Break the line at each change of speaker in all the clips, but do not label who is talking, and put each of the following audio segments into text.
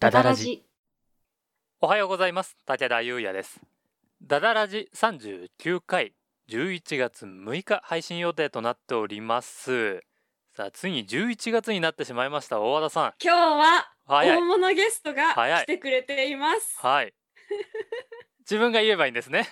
ダダラジ。
おはようございます武田優也ですダダラジ39回11月6日配信予定となっておりますさあついに11月になってしまいました大和田さん
今日は
早い
大物ゲストが
早い
来てくれています。
はい自分が言えばいいんですね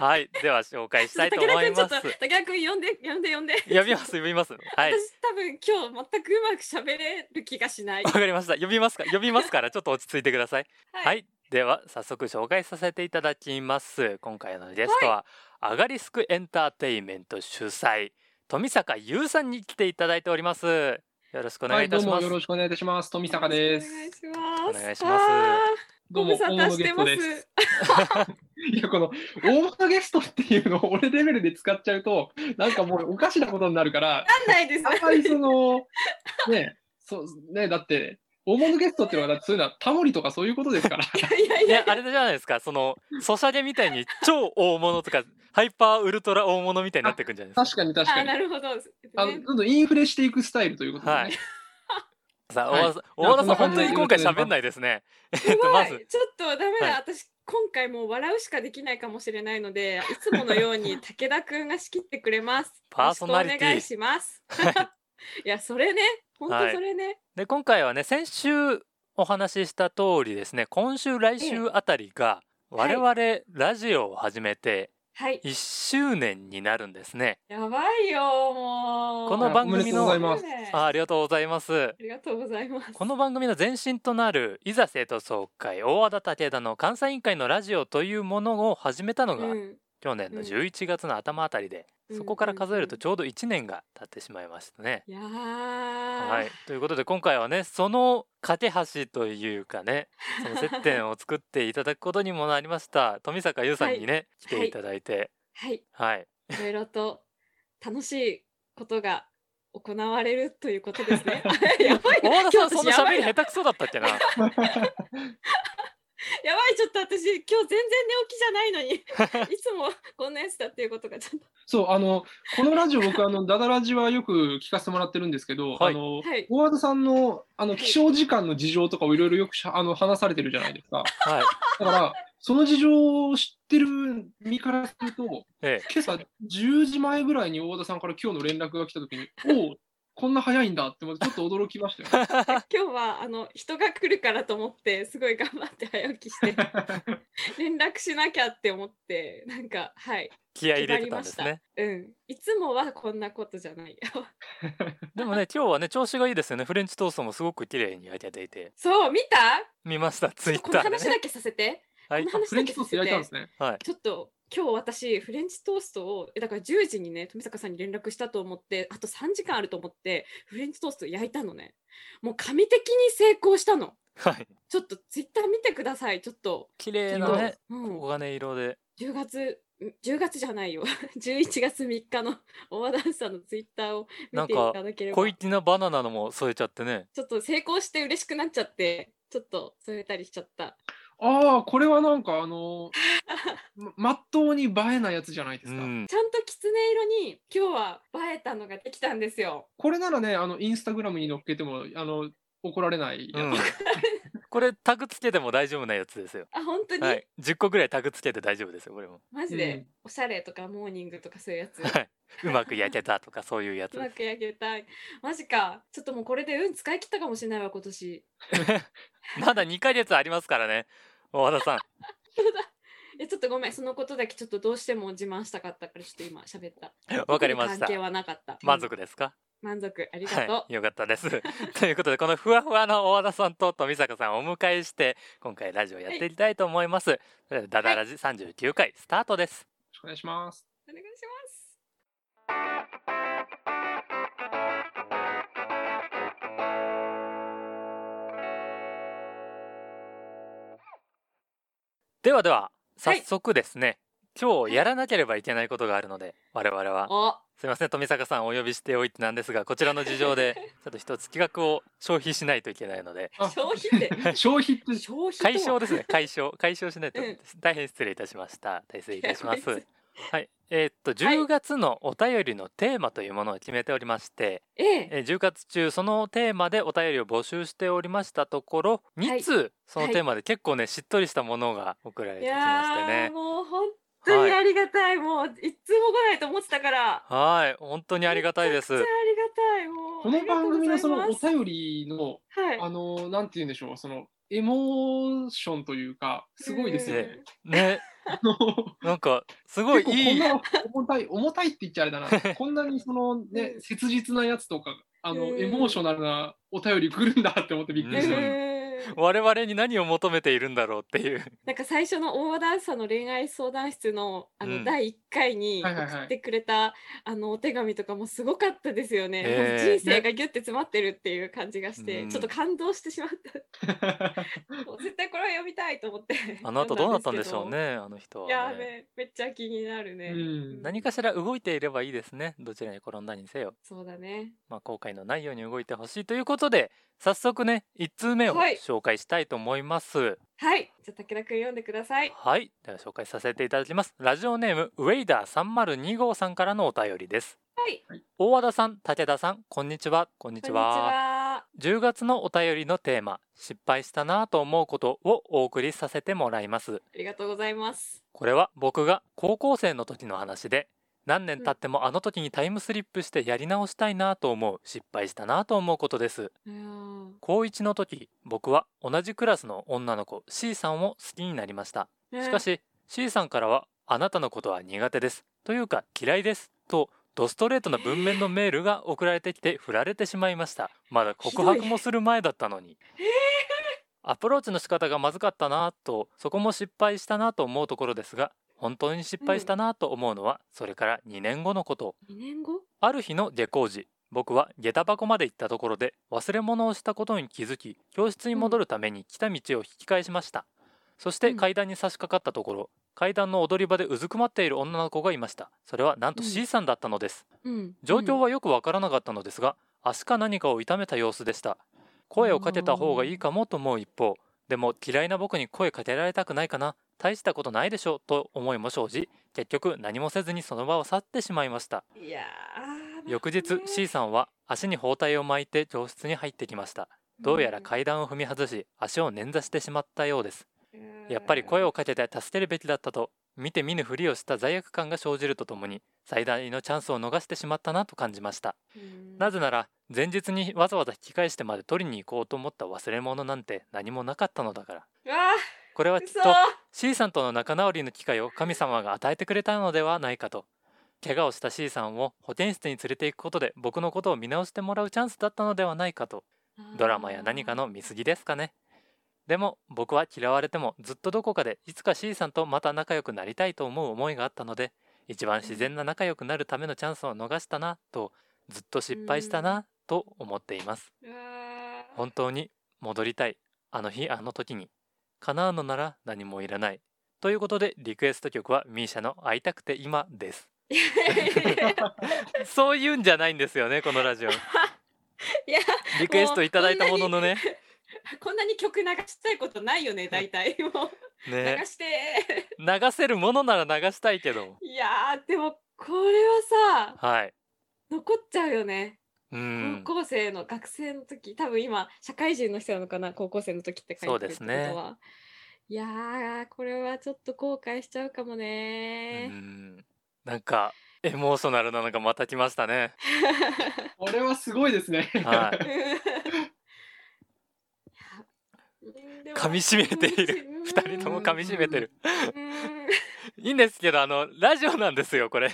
はいでは紹介したいと思い
ちょ
ま
っ
す
と武田君ちょっと武田君呼んで呼んで呼んで。
呼びます呼びますはい
私多分今日全くうまく喋れる気がしな い
わ。かりました呼びますか呼びますからちょっと落ち着いてくださいはい、では早速紹介させていただきます今回のゲストは、アガリスクエンターテインメント主催富坂優さんに来ていただいておりますよろしくお願いいたし
は
ま
い、ど
す、
うもよろしくお願いいたします。富坂です。
お願いします。
お願いします
あー
どうも、
ご
大
無沙汰
物
し
ゲ
て
スト
ま
です
す。。
いや、この、大物ゲストっていうのを俺 レベルで使っちゃうと、なんかもうおかしなことになるから、
わかんないです。
あんまりその、ね、そう、ね、だって、大物ゲストっていうのは、だってそういうのはタモリとかそういうことですから。
いやい
いや
や
あ
いや。
れじゃないですかそのソシャゲみたい に超大物とかハイパーウルトラ大物みたいになっていくんじゃないですか
確かに確
あ
か
ーな
に。
るほど。
あ
ね
の、どんどんインフレしていくスタイルということで、ね。
はいさあ
はい
大和田さん大和田さん
そんな
本当
感じで
に今回喋んないですねえっとます
ご
ず
いちょっとダメだ、
はい
私今回もう笑うしかできないかもしれないので いつものように武田くんが仕切ってくれます
パーソナリティ
よろしくお願いします いやそれね本当それね、
で今回はね先週お話しした通りですね今週来週あたりが我
え
々ラジオを始めて
はい、
1周年になるんですね、
やばいよもう
この番組の
おめでとうございます
ああ
あ
りがとうございます
りがとうございます
この番組の前身となるいざ生徒総会大和田武田の関西委員会のラジオというものを始めたのが、
うん
去年の
うん
11月の頭あたりで、
うん
そこから数えるとちょうど1年が経ってしまいましたね、
いやー
はい、ということで今回はねその架け橋というかねその接点を作っていただくことにもなりました 富坂優さんにね、来ていただいて
はい
はい、
いろいろと楽しいことが行われるということです ね やばい
大和田さんそ
今日私
んな
やば
喋
い
り下手くそだったっけな
やばいちょっと私今日全然寝起きじゃないの にいつもこんなやつだっていうことがちょっ
そう、あの、このラジオ、僕、あの、ダダラジはよく聞かせてもらってるんですけど、
はい
あの、
はい
大和田さんの、あの、
はい
起床時間の事情とかをいろいろよくしゃあの、話されてるじゃないですか。
はい、
だから、その事情を知ってる身からすると、今
ええ、
朝10時前ぐらいに大和田さんから今日の連絡が来た時に、おお、こんな早いんだって思って、ちょっと驚きました よ、ね。
と今日はあの人が来るからと思ってすごい頑張って早起きして 連絡しなきゃって思ってなんかはい
気合い入れてたんです
決まり
ね
うんいつもはこんなことじゃない よ
でもね今日はね調子がいいですよねフレンチトーストもすごく綺麗に焼けていて
そう見た
見ましたツ
ち
イッ
ょっとこの
ターで
話
ね
だけさせて
はい
この話
フレンチトースト焼いたんですね。
はい
ちょっと今日私フレンチトーストをえだから10時にね富坂さんに連絡したと思ってあと3時間あると思ってフレンチトースト焼いたのねもう神的に成功したの
はい
ちょっとツイッター見てください。ちょっと、
綺麗な
昨日
ね
うん、
黄金色で
10月、ん10月じゃないよ。11月3日の 大和田さんのツイッターを見ていただければ、
小
ち
粋なバナナのも添えちゃってね
ょっと成功して嬉しくなっちゃって、ちょっと添えたりしちゃった。
ああ、これはなんか、あの、ままっとうに映えないやつじゃないで
う
すか。
ん
ちゃんときつね色に今日は映えたのができたんですよ。
これならね、あの、インスタグラムに載っけても、あの、怒られないやつ。
うんこれタグつけても大丈夫なやつですよ
あ、本当に、
はい、10個ぐらいタグつけて大丈夫ですよこれも、
マジ
う
で
ん、
おしゃれとかモーニングとかそういうやつ。
はい、うまく焼けたとかそういうやつ
うま
です
く焼けたい。マジか。ちょっともうこれで運使い切ったかもしれないわ、今年。
まだ2ヶ月ありますからね大和田さん
えちょっとごめんそのことだけちょっとどうしても自慢したかったからちょっと今喋った
わかりました
特に関係はなかった
満
う
足ですか
ん満足ありがとう、
はい、よかったです ということでこのふわふわの大和田さんと富坂さんをお迎えして今回ラジオやっていきたいと思います、それではダダラジ39回スタートです、
よろしくお願いします。
お願いします
ではでは
は
早
い
速ですね、今日やらなければいけないことがあるので我々は
お
すいません富坂さんお呼びしておいてなんですがこちらの事情でちょっと一つ企画を消費しないといけないので
あ
消費 って
消費って
消費とは
解消ですね解消解消しないと
うん
大変失礼いたしました訂正いたします
いやごめんなさ
はいえーっと10月のお便りのテーマというものを決めておりまして、
ええ。
えー10月中そのテーマでお便りを募集しておりましたところ
い
2通そのテーマで結構ねしっとりしたものが送られ
い
てきまして
やー
ね。
もう本当に
は
ありがたい、もういつも来ないと思ってたから。
はい本当にありがたいで
め
す
ちゃくち。ゃありがたいもう。
この番組のその
あ
お
りがとう
便りの、
ございますは
あの、なんて言うんでしょう、その、エモーションというか、すごいですよね。
ね
あの
なんかすごい
結構こ
い
ん
い
な重たい、重たいって言っちゃあれ だな。こんなにそのね
う、ん
切実なやつとか、あの、
うん
エモーショナルなお便り来るんだって思ってびっく
い。
りし
うん
た。
ええ
我々に何を求めているんだろうっていう。
なんか最初の大和ダンサーの恋愛相談室のあ
うん
の第1回に
はいはいはい
送ってくれたあのお手紙とかもすごかったですよね。
え
もう
え
人生がギュッて詰まってるっていう感じがして、
うん
ちょっと感動してしまった。もう絶対これは読みたいと思って。
あの後どうなったんでしょ
読
うん
だ
ねあの人
けど。
はい
やー
ね。
めめっちゃ気になるね。
うん
何かしら動いていればいいですねどちらに転んだにせよ。
そうだね。
まあ、後悔のないように動いてほしいということで早速ね1通目を
はい
紹介したいと思います
はい、じゃあ武田くん読んでください。
はい、では紹介させていただきますラジオネームウェイダー302号さんからのお便りです
はい、
大和田さん武田さんこんにちはこんに
こ
ち
んにち
は
は。
10月のお便りのテーマ失敗したなぁと思うことをお送りさせてもらいます
ありがとうございます。
これは僕が高校生の時の話で何年経ってもあの時にタイムスリップしてやり直したいなぁと思う失敗したなぁと思うことです
いやー
高1の時僕は同じクラスの女の子 C さんを好きになりました
ね
しかし C さんからは「あなたのことは苦手です」というか「嫌いです」とドストレートな文面のメールが送られてきて振られてしまいましたまだ告白もする前だったのにアプローチの仕方がまずかったなぁとそこも失敗したなぁと思うところですが本当に失敗したなぁと思うのはそれから2年後のこと
2年後
ある日の下校時僕は下駄箱まで行ったところで忘れ物をしたことに気づき教室に戻るために来た道を引き返しました、そして
うん
階段に差し掛かったところ階段の踊り場でうずくまっている女の子がいましたそれはなんと
うん
C さんだったのです、
うん。
状況はよくわからなかったのですが足か何かを痛めた様子でした声をかけた方がいいかもと思う一方でも嫌いな僕に声かけられたくないかな大したことないでしょと思いも生じ結局何もせずにその場を去ってしまいました
うん。いやー
翌日 C さんは足に包帯を巻いて教室に入ってきましたどうやら階段を踏み外し足を捻挫してしまったようですやっぱり声
を。
をかけて助けるべきだったと見て見ぬふりをした罪悪感が生じるとともに最大のチャンスを逃してしまったなと感じました
うん
なぜなら前日にわざわざ引き返してまで取りに行こうと思った忘れ物なんて何もなかったのだから
うわ
これは
ー
きっ
嘘
と C さんとの仲直りの機会を神様が与えてくれたのではないかと怪我をした C さんを保健室に連れて行くことで僕のことを見直してもらうチャンスだったのではないかとドラマや何かの見過ぎですかねでも僕は嫌われてもずっとどこかでいつか C さんとまた仲良くなりたいと思う思いがあったので一番自然な仲良くなるためのチャンスを逃したなとずっと失敗したなと思っています
うわー
本当に戻りたいあの日あの時に叶うのなら何もいらないということでリクエスト曲は MISIA の「会いたくて今」です
いやいやいや
そういうんじゃないんですよねこのラ ジオ
いや
リクエストいただいたもののね
こんなに曲流したいことないよね大体もう
ね
流して
流せるものなら流したいけど
いやーでもこれはさ
はい
残っちゃうよね
うん
高校生の学生の時多分今社会人の人なのかな高校生の時って書いてるってことは
そうですね
いやーこれはちょっと後悔しちゃうかも
う
ね、
んなんかエモーショナルなのがまた来ましたね
これはすごいですね。
は
いやうんでも
噛み締めている
うん
2人とも噛み締めてる
うん
いいんですけどあのラジオなんですよこ れ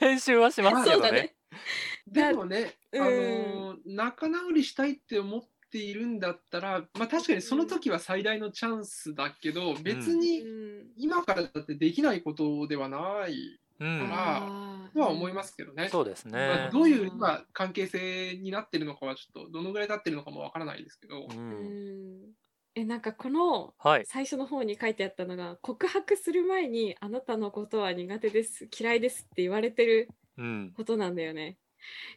編集はしますけ
そう
ど
だ
ね
ね。
でもね、
う
あ
ん
のー仲直りしたいって思っているんだったら、まあ、確かにその時は最大のチャンスだけど、別
う
に
ん
今からだってできないことではない
うん
あとは思いますけどね。
そうです
ま
ね
あ、どういう今関係性になってるのかはちょっとどのぐらい経ってるのかもわからないですけど
う、
うん
ん、
えなんかこの
はい
最初の方に書いてあったのが告白する前に「あなたのことは苦手です嫌いです」って言われてる
うん
ことなんだよね。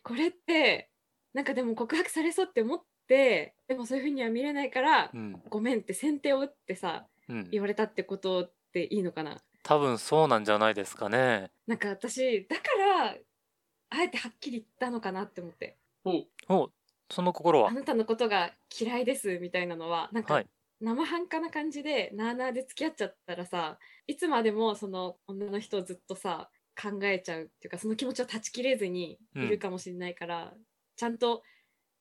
これってなんかでも告白されそうって思ってでもそういうふうには見れないから
うん
「ごめん」って先手を打ってさ
うん
言われたってことっていいのかな
多分そうなんじゃないですかね
なんか私だからあえてはっきり言ったのかなって思って
ほう
おその心は
あなたのことが嫌いですみたいなのはなん
は
か
い
生半可な感じでなあなあで付き合っちゃったらさいつまでもその女の人をずっとさ考えちゃうっていうかその気持ちを断ち切れずにいるかもしれないから、ちゃんと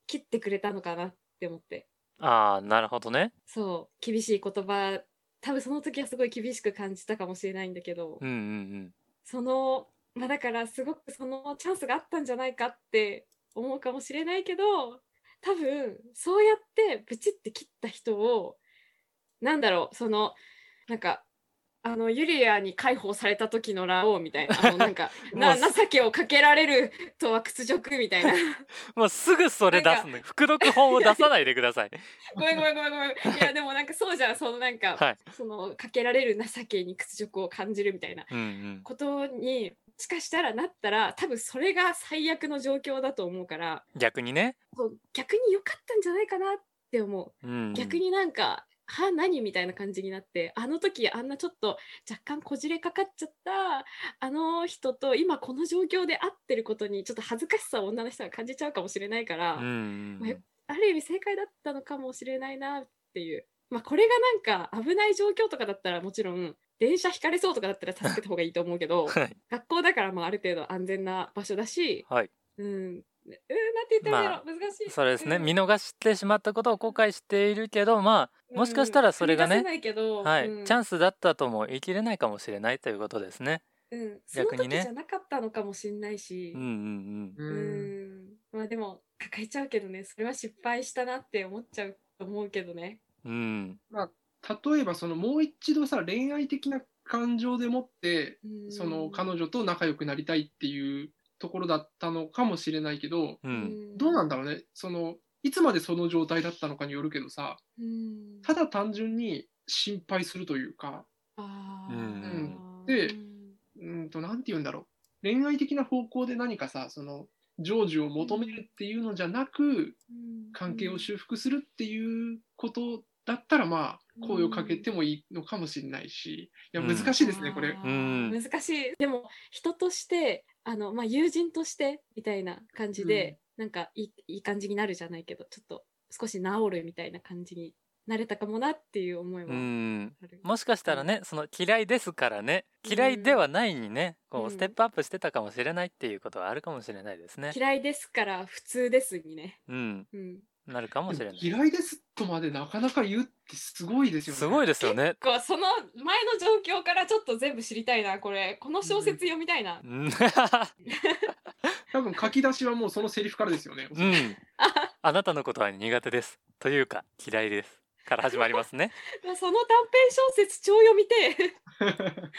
切ってくれたのかなって思って
ああなるほどね
そう厳しい言葉多分その時はすごい厳しく感じたかもしれないんだけど、
うんうん
そのまあだからすごくそのチャンスがあったんじゃないかって思うかもしれないけど多分そうやってブチって切った人をなんだろうそのなんかあのユリアに解放された時のラオウみたいなあのなん か
も
な
う
情けをかけられるとは屈辱みたい な
うんもうすぐそれ出すの服読本を出さないでくだ さい
ごめんごめんごめんごめんいやでもなんかそうじゃんそのなんか、
はい
そのかけられる情けに屈辱を感じるみたいな
うんうん
ことにもしかしたらなったら多分それが最悪の状況だと思うから
逆にね、
そう逆に良かったんじゃないかなって思う、
うん、
逆になんか「は何?」みたいな感じになってあの時あんなちょっと若干こじれかかっちゃったあの人と今この状況で会ってることにちょっと恥ずかしさを女の人が感じちゃうかもしれないから、
うんうんうん
まある意味正解だったのかもしれないなっていう、まあ、これがなんか危ない状況とかだったらもちろん電車引かれそうとかだったら助けた方がいいと思うけど
はい
学校だからまあある程度安全な場所だし、
はい
うん、うん、なんて言ったらいいんだろう、難しい
そうですね
ん
見逃してしまったことを後悔しているけどまあもしかしたらそれが
うん踏み出
ね、
せないけど、
はい
うん
チャンスだったとも言い切れないかもしれないということですね。
うん、その
逆に
時じ
ね
ゃなかったのかもしれないし、
うんうん
う
うんんまあでも抱えちゃうけどねそれは失敗したなって思っちゃうと思うけどね。
うんうん
例えばそのもう一度さ恋愛的な感情でもって
うん
その彼女と仲良くなりたいっていうところだったのかもしれないけど
う
うんん
どうなんだろうねそのいつまでその状態だったのかによるけどさ
うん
ただ単純に心配するというか
あー
うん
で
うん
うーんとなんて言うんだろう恋愛的な方向で何かさその成就を求めるっていうのじゃなく
うん
関係を修復するっていうことだったらまあ声をかけてもいいのかもしれないしいや
うん
難しいですねこれ
あ。
う
ー
ん
難しいでも人としてあの、まあ、友人としてみたいな感じで、なんかいいいい感じになるじゃないけどちょっと少し治るみたいな感じになれたかもなっていう思いは
う
あ
ん
る、
もしかしたらねその嫌いですからね嫌いではないにねこ
う
うんステップアップしてたかもしれないっていうことはあるかもしれないですね。
嫌いですから普通ですにね、
うん、
うん、
なるかもしれない。
嫌いですとまでなかなか言うってすごいですよね。
すごいですよね。
こうその前の状況からちょっと全部知りたいなこれこの小説読みたいな、
うん
多分書き出しはもうそのセリフからですよ ね。
うん。あなたのことは苦手です。というか嫌いです。から始まりますね。
まあその短編小説超読みて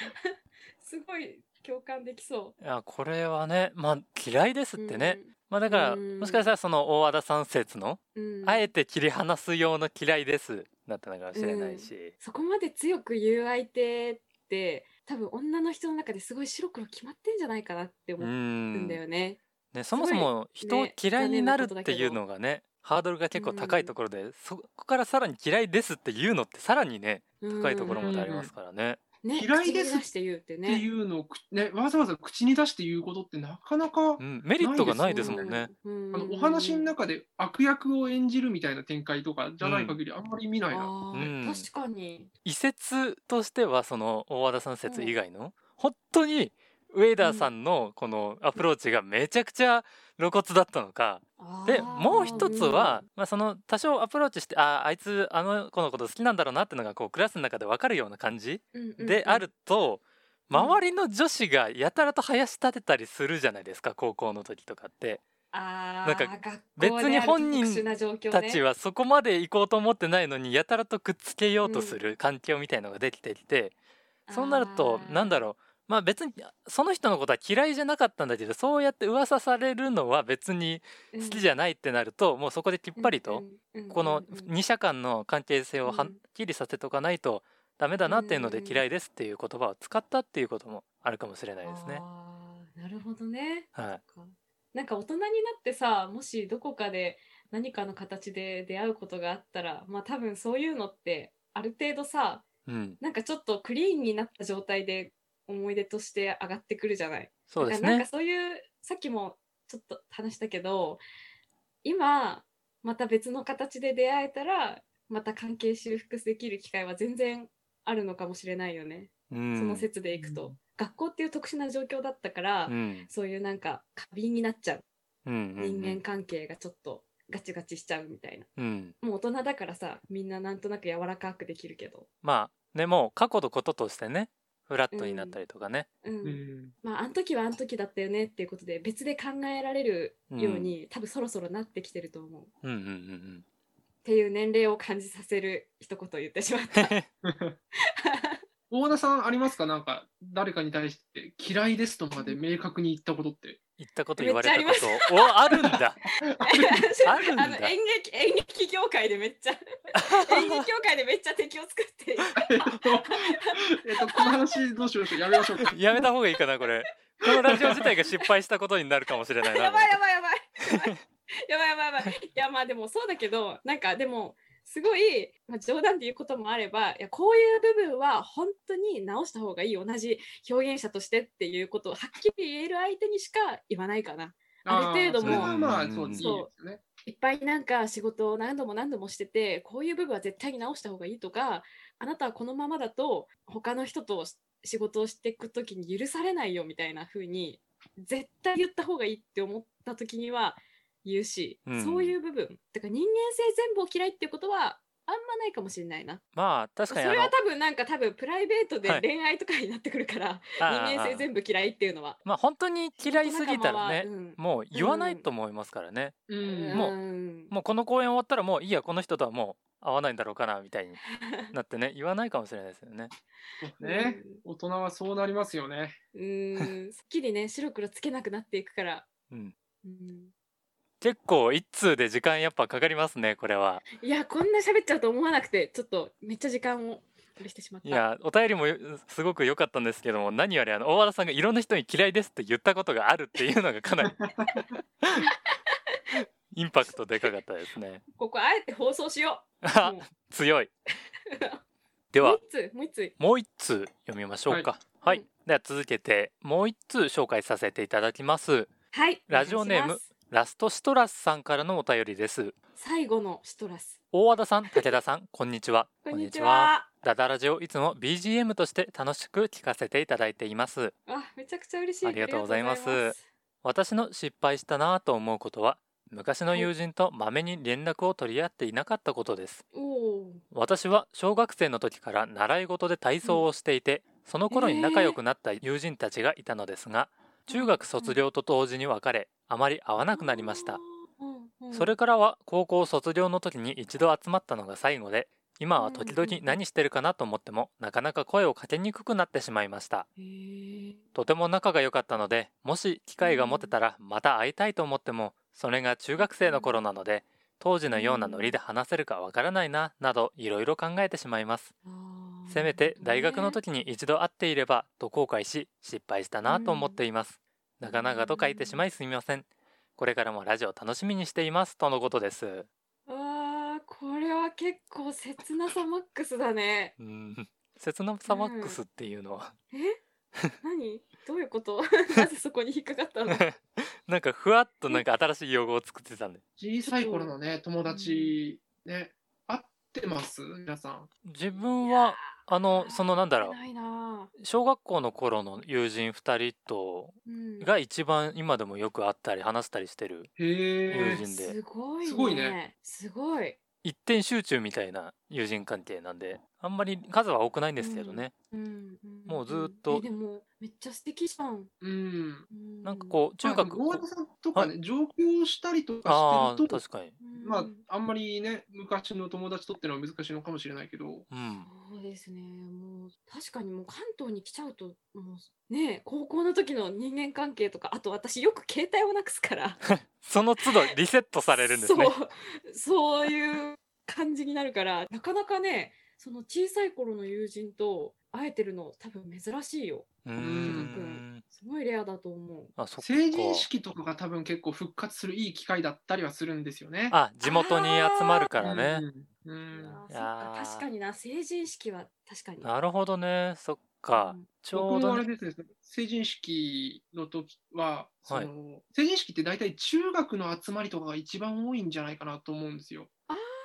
すごい共感できそ
いやこれはねまあ嫌いです
う。
ってね、まあだから
うん
もしかしたらその大和田さん説の、
うん、うん
あえて切り離す用の嫌いですだったのかもしれないし、
そこまで強く言う相手って多分女の人の中ですごい白黒決まってんじゃないかなって
う
思
ん
うんだよね。
ね、そもそも人を嫌いになるっていうのがねハードルが結構高いところで、そこからさらに嫌いですっていうのってさらにね
うん
高いところまでありますからね。
ね、
嫌いです
口に出して言うって
って
ね。
いうのをく、ね、わざわざ口に出して言うことってなかなか、
うん、メリットがないですもん
な
ね。
うん。
あのお話の中で悪役を演じるみたいな展開とかじゃない限りあんまり見ないな。
あ
うん
ー確かに。
一説としてはその大和田さん説以外の、本当にウェイダーさんのこのアプローチがめちゃくちゃ露骨だったのか、
あー
でもう一つは、、まあ、その多少アプローチしてああいつあの子のこと好きなんだろうなってのがこうクラスの中で分かるような感じ
うんうんうん
であると、
うん
周りの女子がやたらと林立てたりするじゃないですか高校の時とかって。
あ
なん
ー
か
学校
別に
である
本人
特殊な状況
た
ね
ちはそこまで行こうと思ってないのにやたらとくっつけようとする環境みたいのができてきて、そうなると
あー
なんだろうまあ別にその人のことは嫌いじゃなかったんだけどそうやって噂されるのは別に好きじゃないってなると、もうそこできっぱりと、この二者間の関係性をは
う
っ
ん
きりさせとかないとダメだなっていうの
う
で
んうん
嫌いですっていう言葉を使ったっていうこともあるかもしれないですね。
あーなるほどね。
はい、
そっかなんか大人になってさもしどこかで何かの形で出会うことがあったらまあ多分そういうのってある程度さ
うん、
なんかちょっとクリーンになった状態で思い出として上がってくるじゃない。
そうです
なんか
ね。
そういうさっきもちょっと話したけど今また別の形で出会えたらまた関係修復できる機会は全然あるのかもしれないよね、
う
その
ん、
説でいくと、
うん
学校っていう特殊な状況だったから、
うん
そういうなんか過敏になっちゃう
うんうん
人間関係がちょっとガチガチしちゃうみたいな、
うん、
もう大人だからさみんななんとなく柔らかくできるけど、
まあでも過去のこととしてねフラットになったりとかね、
うん
うん
まああの時はあの時だったよねっていうことで別で考えられるように、多分そろそろなってきてると思う。
うん、うんうんうん
っていう年齢を感じさせる一言言ってしまった。
大田さんありますかなんか誰かに対して嫌いですとまで明確に言ったことって。
言ったこと言われた
めっ
こ
ち
とおあるんだ あるんだ
あの演劇演劇業界でめ っちゃ演劇業界でめっちゃ敵を作っている。
えっと、えっとこの話どうしましょうやめまし ょうか。
やめた方がいいかなこれこのラジオ自体が失敗したことになるかもしれないな
やばいやばいやばい。やばいやばいやばいやばい。いやまあでもそうだけどなんかでもすごい、まあ、冗談で言うこともあればいやこういう部分は本当に直した方がいい同じ表現者としてっていうことをはっきり言える相手にしか言わないかな。ある程度も
あーそれはまあそううんいいですよね。
いっぱいなんか仕事を何度も何度もしててこういう部分は絶対に直した方がいいとかあなたはこのままだと他の人と仕事をしていく時に許されないよみたいな風に絶対言った方がいいって思った時には言うし、
うん
そういう部分だから人間性全部を嫌いっていうことはあんまないかもしれないな
まあ確
そ
かにあ
れ
の
は多分なんか多分プライベート
は
で
い
恋愛とかになってくるから、
あ
人間
あ
性全部嫌いっていうのは
まあ本当に嫌いすぎたらね
大人仲間はうん
もう言わないと思いますからね、
う。
うんん
ももうこの公演終わったらもういいやこの人とはもう会わないんだろうかなみたいになってね言わないかもしれないですよね。
ね、
うん
大人はそうなりますよね。
うーん、すっきりね、白黒つけなくなっていくから。
うん、
うん
結構一通で時間やっぱかかりますねこれは。
いや、こんな喋っちゃうと思わなくて、ちょっとめっちゃ時間を。あれしてしまった。
いやお便りもよすごく良かったんですけども何よりあの大和田さんがいろんな人に嫌いですって言ったことがあるっていうのがか なりインパクトでかかったですね。
ここあえて放送しよう。
あ
もう
強い。では
もう一つ、もう一つ。
もう一通読みましょうか。は
はい
い、
うん
では続けてもう一通紹介させていただきます。
はい。
ラジオネーム
お願いします
ラストシトラスさんからのお便りです。
最後のシトラス。
大和田さん、武田さん、こんにちは。
こんにちは。
ダダラジオいつも BGM として楽しく聞かせていただいています。
あ、めちゃくちゃ嬉しい。
ありがとうございます
ありがとうございます
私の失敗したなぁと思うことは、昔の友人とまめに連絡を取り合っていなかったことです。
おお。
私は小学生の時から習い事で体操をしていて、その頃に仲良くなった友人たちがいたのですが、中学卒業と同時に別れ、あまり会わなくなりました。
うんうん。
それからは高校卒業の時に一度集まったのが最後で今は時々何してるかなと思ってもなかなか声をかけにくくなってしまいました
へー。
とても仲が良かったのでもし機会が持てたらまた会いたいと思ってもそれが中学生の頃なので当時のようなノリで話せるかわからないななどいろいろ考えてしまいます
あー
せめて大学の。時に一度会っていればと後悔し失敗したなと思っています、
うん
長々と書いてしまいすみませんこれからもラジオ楽しみにしていますとのことです
ああ、これは結構切なさマックスだね。
うん切なさマックスっていうのは、
何どういうこと なぜそこに引っかかったの
なんかふわっとなんか新しい用語を作ってたんで
小さい頃のね、友達、ね、合ってます皆さん。
自分はあのそのなんだろう
ないなぁ、
小学校の頃の友人2人と
うん、
が一番今でもよく会ったり話したりしてる
へ
友
え。
人です
ごいね
すごいね
すごい
一点集中みたいな友人関係なんであんまり数は多くないんですけどね、
うんん
もうずーっと
えでもめっちゃ素敵じゃん、
うん。
うん、
なんかこう中
まあ
学
大和田さんとかね、上京したりとか
あ
して
ー
ると、
確かに
う、
ま
ん
あ、あんまりね、昔の友達とってのは難しいのかもしれないけど、
うん、
そうですねもう確かにもう関東に来ちゃうともうねえ高校の時の人間関係とかあと私よく携帯をなくすから
その都度リセットされるんですね
そうそういう感じになるからなかなかねその小さい頃の友人と会えてるの多分珍しいよ
うーん
すごいレアだと思う。
あそっか
成人式とかが多分結構復活するいい機会だったりはするんですよね。
あ地元に集まるからね、
うん。うん
あー
いやー
そっか確かにな成人式は確かに。
なるほどねそっか、
うん
ちょうど
僕もあ
ね、
れですね、成人式の時は、そ
はい
の成人式って大体中学の集まりとかが一番多いんじゃないかなと思うんですよ。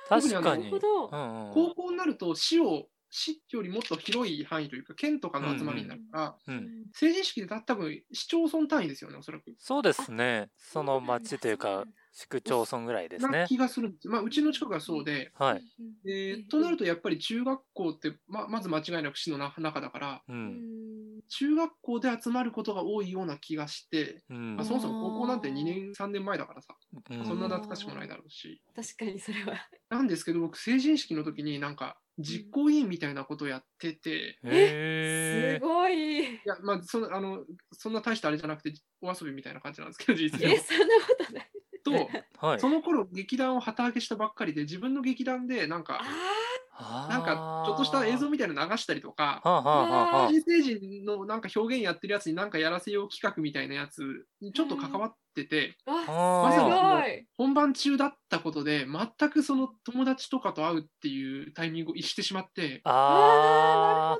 確
僕
か
な
な
に
るほど。
うんうん
高校になると市を市よりもっと広い範囲というか県とかの集まりになるから、
うん、
成人式でた多分市町村単位ですよねおそらく。
そうですねその
そうなんだ
町というか市区町村ぐらいです
な
ね
気がするんです。まあうちの近くはそうで、
はい、。
で
うん
となるとやっぱり中学校ってままず間違いなく市の中中だから
う
うんん。
中学校で集まることが多いような気がして、
うん
まあ、そもそも高校なんて
あー
2年3年前だからさ
う
そんな懐かしくもないだろうし。
確かにそれは。
なんですけど僕成人式の時になんか実行委員みたいなことやってて、
へ
す
え
ごい。
いやまあそのあのそんな大したあれじゃなくてお遊びみたいな感じなんですけど実
え
際
そんなことない。
と
はい
その頃劇団を旗揚げしたばっかりで自分の劇団でなん
あ
か
あー
なんかちょっとした映像みたいなの流したりとか
はあはあはあはあ
新成人のなんか表現やってるやつになんかやらせよう企画みたいなやつにちょっと関わってて
あ。
あ
ー
わすごい。
本番中だったことで全くその友達とかと会うっていうタイミングを逸してしまって
あ
あ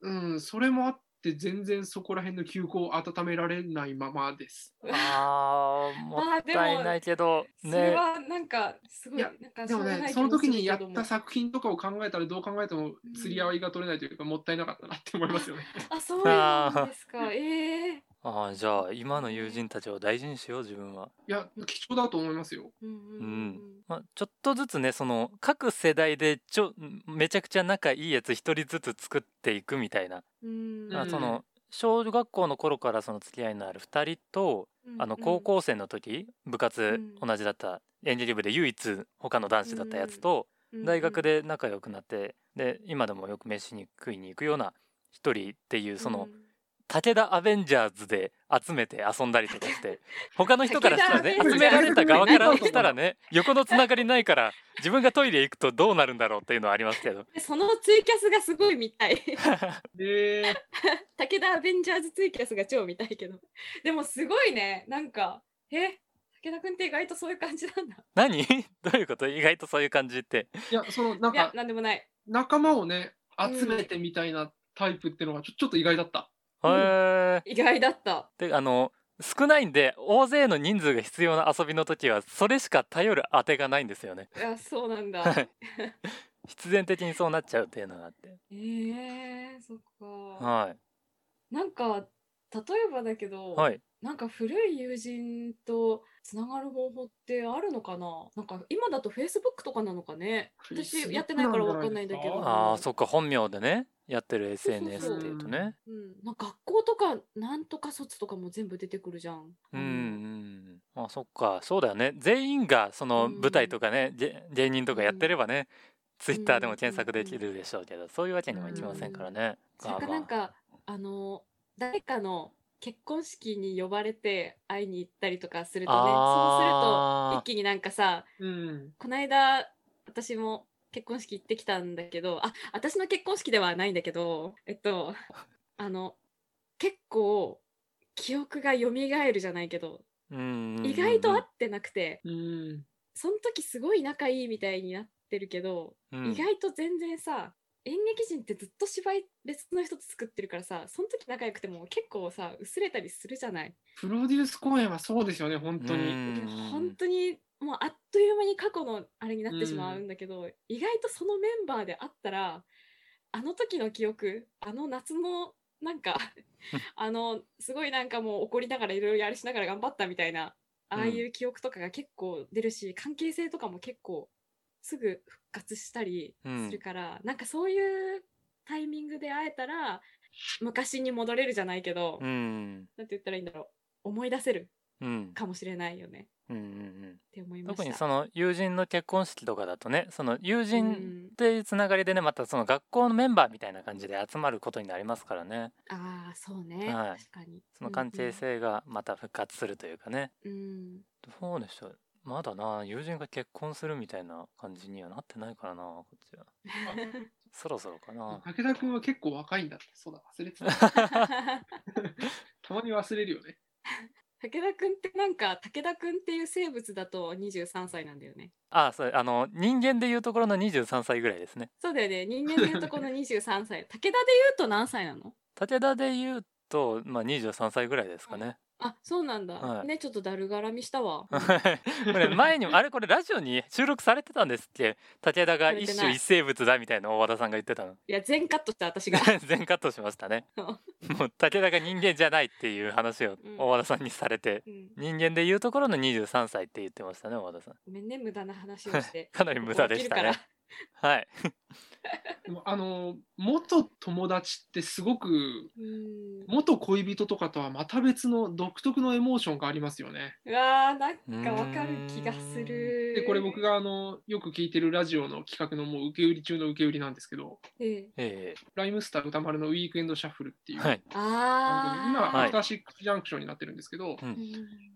うん、それもあって、全然そこら辺の休校を温められないままです。
ー
ー
なるほど。
あーも
まあ
っ
でも
たいないけど
それ
ね
はなんかすごい
いや
なんか
で
し
も
ょうが
ね
な、い
その時にやっ
気もするけど
た
も
作品とかを考えたら、どう考えても釣り合いが取れないというか、もったいなかったなって思います よね。
あそうなんですか。ええ。
あーじゃあ今の友人たちを大事にしよう自分は、
いや、貴重だと思いますよ。
うんうんうん
まあ、ちょっとずつねその各世代でちょめちゃくちゃ仲いいやつ一人ずつ作っていくみたいな、
うん。
あ
うん
その小学校の頃からその付き合いのある2人と、あの高校生の時部活
うん
同じだった、エンジニ部で唯一他の男子だったやつと、大学で仲良くなってで今でもよく飯に食いに行くような一人っていうその、武田アベンジャーズで集めて遊んだりとかして 他の人からしたらね
武田
集
アベンジ
め
ャーズ
られた側からしたらね横のつながりないから自分がトイレ行くとどうなるんだろうっていうのはありますけど
そのツイキャスがすごい見たい
で、
武田アベンジャーズツイキャスが超見たいけどでもすごいねなんかえ武田くんって意外とそういう感じなんだ
何 どういうこと意外とそういう感じって
いや、そのなん
いや
か、
なんでもない
仲間をね、集めてみたいなタイプってのがちょちょっと意外だった。
へ
うん
ー
意外だった
であの少ないんで大勢の人数が必要な遊びの時はそれしか頼る当てがないんですよね
いやそうなんだ
はい必然的にそうなっちゃうっていうのがあって
えー、そっか
は
なんか例えばだけど、
いはい
なんか古い友人とつながる方法ってあるのかななんか今だとフェイスブックとかなのかね私
Facebook
やってないからわかんないんだけど
なんじゃ
あーそっか本名でねやってる
そうそうそう
SNS っていうとね
うん、なんか学校とかなんとか卒とかも全部出てくるじゃん。
うんうん、あそっかそうだよね全員がその
うん
舞台とかね、芸芸人とかやってればね、ツイッターで
う
も
ん
検索できるでしょうけどそういうわけにもいきませんからね。
それか
まあ
なんかあの誰かの結婚式に呼ばれて会いに行ったりとかするとねそうす
あー
ると一気になんかさ
うん。
こないだ私も結婚式行ってきたんだけどあ私の結婚式ではないんだけどえっとあの結構記憶が蘇るじゃないけど
うんうんうん
意外と会ってなくて
うん。
その時すごい仲いいみたいになってるけど
うん
意外と全然さ演劇人ってずっと芝居別の人と作ってるからさその時仲良くても結構さ薄れたりするじゃない、
プロデュース公演はそうですよね、本当
う
に。
ん
でも本当にもうあっという間に過去のあれになってしまうんだけど、意外とそのメンバーであったらあの時の記憶あの夏のなん かあのすごいなんかもう怒りながらいろいろやりしながら頑張ったみたいなああいう記憶とかが結構出るし、関係性とかも結構すぐ復活したりするから、なんかそういうタイミングで会えたら昔に戻れるじゃないけど、
うん
なんて言ったらいいんだろう思い出せる
うん
かもしれないよね
うんうんうん
って思いました。
特にその友人の結婚式とかだとねその友人っていうつながりでねまたその学校のメンバーみたいな感じで集まることになりますからね
ああそうね、
はい
確かに
その関係性がまた復活するというかね。
うん うん、
そうでしたまだな友人が結婚するみたいな感じにはなってないからなこっ ちはそろそろかな
武田君は結構若いんだって、そうだ、忘れてた。
うん
たまに忘れるよね。
武田くんってなんか武田くんっていう生物だと23歳なんだよね。
あそうあの人間でいうところの23歳ぐらいですね
そうだよね。人間でいうとこの23歳。 武田でいうと何歳なの
武田でいうと、まあ、23歳ぐらいですかね、
あ、そうなんだ。
はい
ね、ちょっとだるがらみしたわ。
これ前にもあれこれラジオに収録されてたんですっけ武田が
されてない
一種一生物だみたいなのを和田さんが言ってた の
いや、全カットした 私が。
全カットしましたね
うん
もう武田が人間じゃないっていう話を
うん
大和田さんにされて、
うん
人間でいうところの23歳って言ってましたね大和田さん
ごめんね、無駄な話をして。
かなり無駄でしたね
もう切るか
はい
でもあの元友達ってすごく
らうん。
元恋人とかとはまた別の独特のエモーションがありますよね。
うわー、なんかわかる気がする。
でこれ僕。があのよく聞いてるラジオの企画のもう受け売り中の受け売りなんですけど
ええ、
え
「ライムスター歌丸のウィークエンドシャッフル」っていう、
はい
あー。
今
はい
アフターシックスジャンクションになってるんですけど、
うん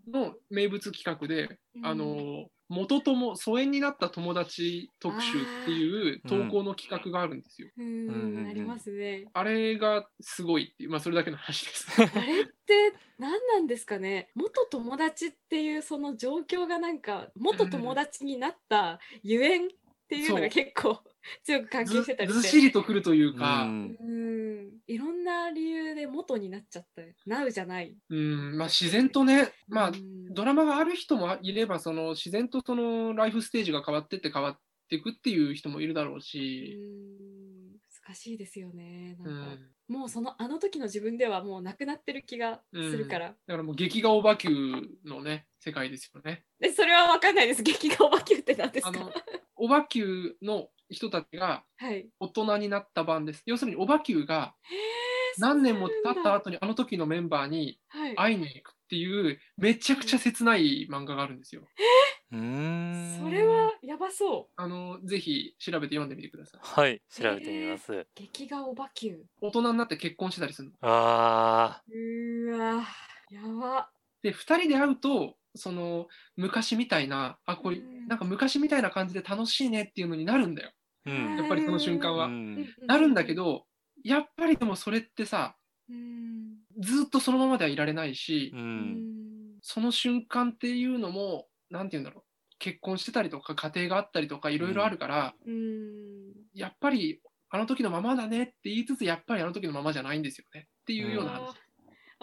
の名物企画で、
うん
あの元友疎遠になった友達特集っていう
あー
投稿の企画があるんですよ。
う
うんうんうん
ん、ありますね。
あれがすごいっていう、まあ、それだけの話 です。
あれって何なんですかね元友達っていうその状況がなんか元友達になったゆえんっていうの
そ
が
う
結構 強く関係
ず
してたり
ずっ
し。
してりとくるというか、
う
うん
ん
うんいろんな理由で元になっちゃったなうじゃない。
まあ、自然とね、まあ
う、ん
ドラマがある人もいればその自然とそのライフステージが変わってって変わっていくっていう人もいるだろう
う
し、
ん難しいですよね。なん
う
か
ん、
もうそのあの時の自分ではもうなくなってる気がするから。
だからもう劇画オバキューのね世界ですよね。
でそれは分かんないです。劇画おばきゅうって何です
あの
か
オバキューの人たちが
はい。
大人になった版です。要するにオバキューが何年も経った後にあの時のメンバーに
はい。
会いに行くっていうめちゃくちゃ切ない漫画があるんですよ。
うーん
それはやばそう。
あのぜひ調べて読んでみてください。
はい調べてみます、
劇画おばきゅう。
大人になって結婚してたりするの。
あ
うーわやば
で2人で会うとその昔みたいなあこれ
うん
なんか昔みたいな感じで楽しいねっていうのになるんだよ
ーう
うん
ん
やっぱりその瞬間
う
は。
ん
なるんだけどやっぱりでもそれってさ
うん
ずっとそのままではいられないし、
う
うんん
その瞬間っていうのも何て言うんだろう結婚してたりとか家庭があったりとかいろいろあるから、
うん
やっぱりあの時のままだねって言いつつやっぱりあの時のままじゃないんですよねっていうような話。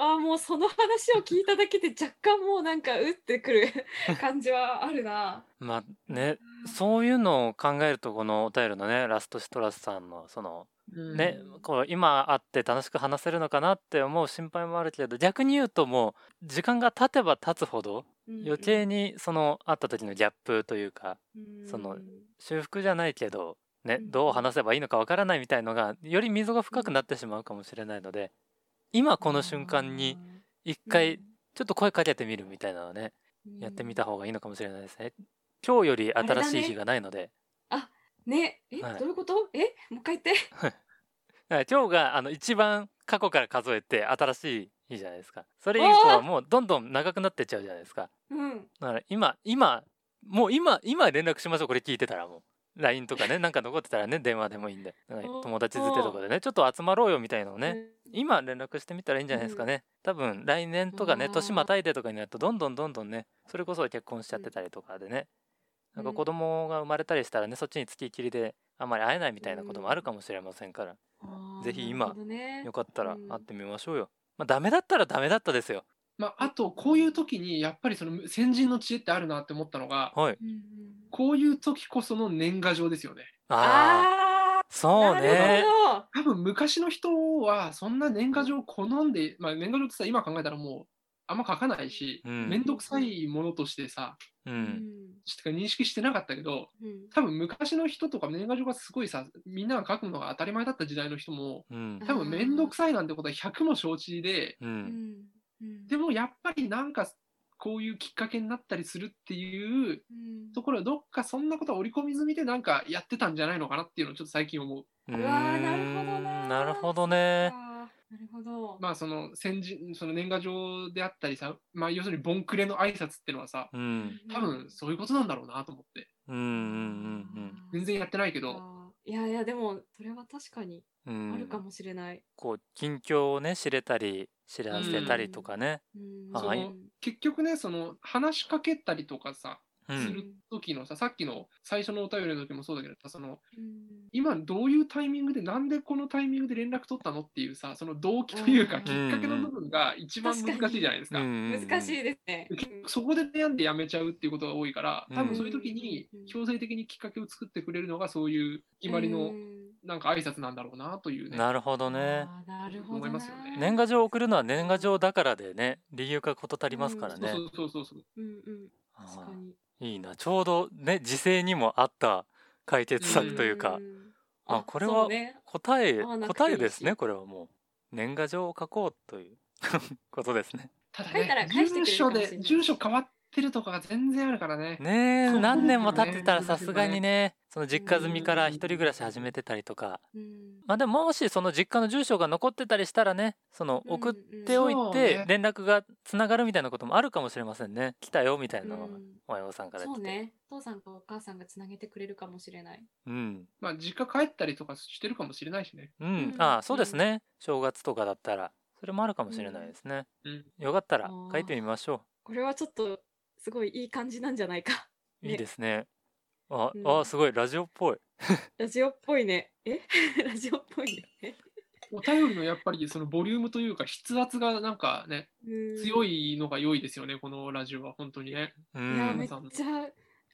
あーもうその話を聞いただけで若干もうなんかうってくる 感じはあるな
まあねそういうのを考えるとこのお便りのねラストシトラスさんのその
うん
ね、こう今会って楽しく話せるのかなって思う心配もあるけれど逆に言うともう時間が経てば経つほど余計にその会った時のギャップというかその修復じゃないけど、ね、
うん
どう話せばいいのかわからないみたいのがより溝が深くなってしまうかもしれないので今この瞬間に一回ちょっと声かけてみるみたいなのねやってみた方がいいのかもしれないですね。今日より新しい日がないので、
ねえ
はい
どういうことえもう一回言って
はい今日があの一番過去から数えて新しい日じゃないですかそれ以降はもうどんどん長くなってっちゃうじゃないですか
うん
だから今今もう今今連絡しましょうこれ聞いてたらもう LINE とか ねなんか残ってたらね電話でもいいんでなんか
お
友達づてとかでねちょっと集まろうよみたいなのをね
うん
今連絡してみたらいいんじゃないですかね多分来年とかね
うん
年またいでとかになるとどんどんどんどんねそれこそ結婚しちゃってたりとかでねなんか
うん
子供が生まれたりしたらねそっちに付きっきりであんまり会えないみたいなこともあるかもしれませんから
あー
ぜひ今
なるほどね
よかったら
うん
会ってみましょうよ。まあダメだったらダメだったですよ。
まあ、あとこういう時にやっぱりその先人の知恵ってあるなって思ったのが
はい。
うんうん
こういう時こその年賀状ですよね。
ああ、
あ
そう
ーな
ね
る。ほど
多分昔の人はそんな年賀状好んで、まあ、年賀状ってさ今考えたらもうあんま書かないし
う
面
ん。
倒、くさいものとしてさ
う。
うん
しか認識してなかったけど
うん
多分昔の人とか年賀状がすごいさみんなが書くのが当たり前だった時代の人も
うん。
多分面倒くさいなんてことは100も承知で
う。
うんんうん
でもやっぱりなんかこういうきっかけになったりするっていう
うん
ところはどっかそんなことは織り込み済みでなんかやってたんじゃないのかなっていうのをちょっと最近思う。
う
うわーなるほど
ー
なん
なるほどね。
あーなるほど。
まあその先人その年賀状であったりさ、まあ、要するにボンクレの挨拶ってのはさ
うん。
多分そういうことなんだろうなと思って
うんうんうんうん。
全然やってない
け
けど。
いやいやでもそれは確かに
う
あ
ん
るかもしれない。
こう近況をね知れたり知らせたりとかね、
うん
はい
結局ねその話しかけたりとかさ
う
す
ん
る時のさ、さっきの最初のお便りの時もそうだけどさその
うん
今どういうタイミングでなんでこのタイミングで連絡取ったのっていうさその動機という
う
か
ん
きっかけの部分が一番難しいじゃないですか。
うん
難しいですね。
結局そこで悩んでやめちゃうっていうことが多いから多
うん
分そういう時に
うん
強制的にきっかけを作ってくれるのがそういう決まり
う
の
ん
なんか挨拶なんだろうなというね。
なるほどね
あーなるほどな
思いますよね
年賀状を送るのは年賀状だからでね理由が事足りますからね、
そうそうそうそう
うんうん。
あ
確か
ー
に。
いいなちょうどね時勢にも合った解決策というか、
ん
あこれは
そうね
答え
合わなくていいし
答えですねこれはもう年賀状を書こうという ことです ね
ただ
書いたら
ね
返してくれ
住
るか
所
もしれない
で住所変わってるとかが全然あるからね。
ねえ
そう
何年も
そう
経
ですよね
ってたらさすがにねその実家住みから一人暮らし始めてたりとか
うん
まあでももしその実家の住所が残ってたりしたらねその送っ
うん
ておい
そう
て
ね
連絡がつながるみたいなこともあるかもしれませんね来たよみたいなの
う
が
ん
親御さんから
そう
来て
ね。お父さんかお母さんがつなげてくれるかもしれない。
うん
まあ実家帰ったりとかしてるかもしれないしね。
うん
うん
ああそうですね正月とかだったらそれもあるかもしれないですね
うん、
よかった
あ
ら
ー
書いてみましょ
これはちょっとすごいいい感じなんじゃないか。
う
ね
いいですねあ
うん
あすごいラジオっぽい
ラジオっぽいね。え ラジオっぽいね。
お便りのやっぱりそのボリュームというか筆圧がなんかね
うん
強いのが良いですよねこのラジオは本当にね。
う
いや
ん
めっちゃ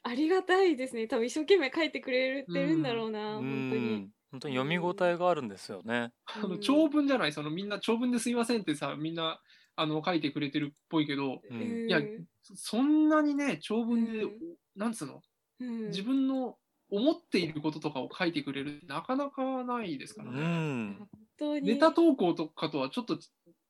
ありがたいですね。多分一生懸命書いてくれてるんだろう
う
な、本当に。
ん本当に読み応えがあるんですよね
あ
う
の
ん
長文じゃないそのみんな長文ですいませんってさみんなあの書いてくれてるっぽいけど
うん
うん
いやそそんなにね長文で、
うん
なんつうの
うん
自分の思っていることとかを書いてくれるってなかなかないですか
う
らね。
ん
本当に
ネタ投稿とかとはちょっと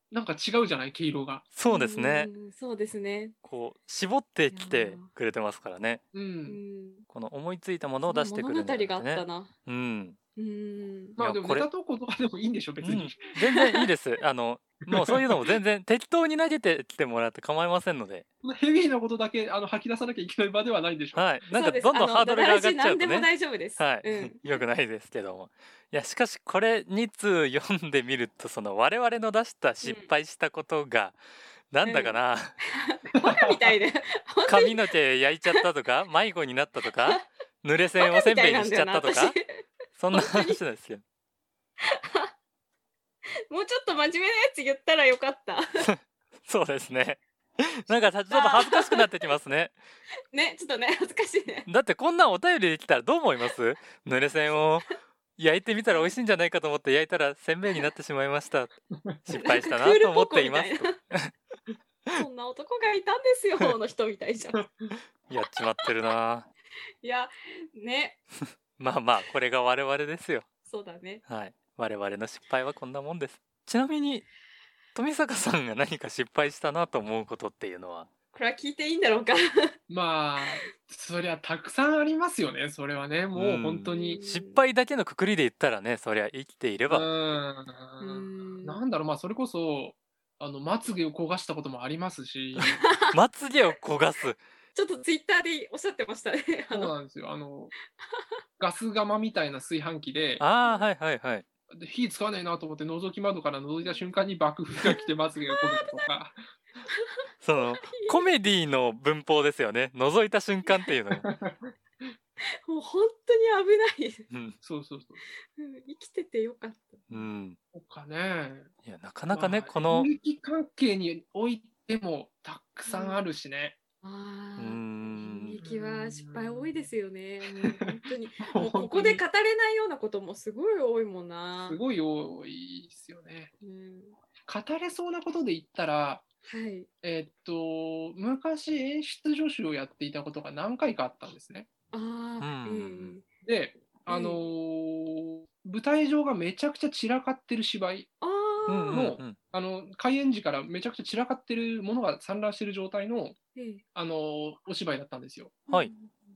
なんか違うじゃない毛色が。
そうですね。
うんそうですね。
こう絞ってきてくれてますからね
う。
うんん。
この思いついたものを出してくれるんじゃな
物語
く
があ
て
った
ね
な。
うん
うん。
ま
いや
あでも
こ
ネ
れ
タ投稿とかでもいいんでしょ別に。
うん全然いいです あのもうそういうのも全然適当に投げてきてもらって構いませんので
そのヘビーなことだけあの吐き出さなきゃいけない場ではないんでしょ。
はいなんか
そうです
どんどんハードルが上がっちゃ
あ
う
のだらし何で
と
も
ね
大丈夫です。
はい、
うん。
よくないですけどもいやしかしこれ2通読んでみるとその我々の出した失敗したことが、なんだかな、
バカみ たいで。本当に
髪の毛焼いちゃったとか迷子になったとか濡れ線を
バカ
せん
みた
べ
い
い
な
に
ん
し
だ
ちゃ
よ
っ
な
たとか
私
そんな話なんですよ
もうちょっと真面目なやつ言ったらよかった。
そうですね。なんかさちょっと恥ずかしくなってきますね。
ね、ちょっとね、恥ずかしいね。
だってこんなんお便りできたらどう思います濡れ線を焼いてみたら美味しいんじゃないかと思って焼いたらせんべいになってしまいました。失敗したなと思ってい ます。
なんかクールポコみたいな そんな男がいたんで すよ、の人みたいじゃん。
やっちまってるな。
いや、ね、
まあまあこれが我々ですよ。
そうだね。
はい。我々の失敗はこんなもんです。ちなみに富坂さんが何か失敗したなと思うことっていうのは。
これは聞いていいんだろうか。
まあそりゃたくさんありますよねそれはねもう本当に。
失敗だけのくくりで言ったらねそりゃ生きていれば
うー
うん
ん
なんだろうまあそれこそあのまつげを焦がしたこともありますし
まつげを焦がす
ちょっとツイッターでおっしゃってましたね。あ
そう
の
なんですよあのガス釜みたいな炊飯器で
ああはいはいはい
で火使わねえなと思って覗き窓から覗いた瞬間に爆風が来てまつげが焦げたとか
そ のコメディの文法ですよね覗いた瞬間っていう のが
もう本当に危ない。
うん、
そうそうそう
うん生きててよかった。
うん、
とかね
いやなかなかね、
まあ
この
演劇関係においてもたくさんあるしね、
あ
うー
あ。演
ん
劇は失敗多いですよね。もう本 当に。も
も
う
う
こ
本
こ
当
で
に
語れないようなこともすごい多いもんな
す。ごい多いですよね
うん、
語れそうなことで言ったら
はい。
えっと昔演出助手をやっていたことが何回かあったんですね。
ああ、
う
うんん。
で、あのー舞台上がめちゃくちゃ散らかってる芝居
あ
う
あ、
んうん
も
うん
あの開演時からめちゃくちゃ散らかってるものが散乱してる状態の、
え
あのーお芝居だったんですよ。
え
はい。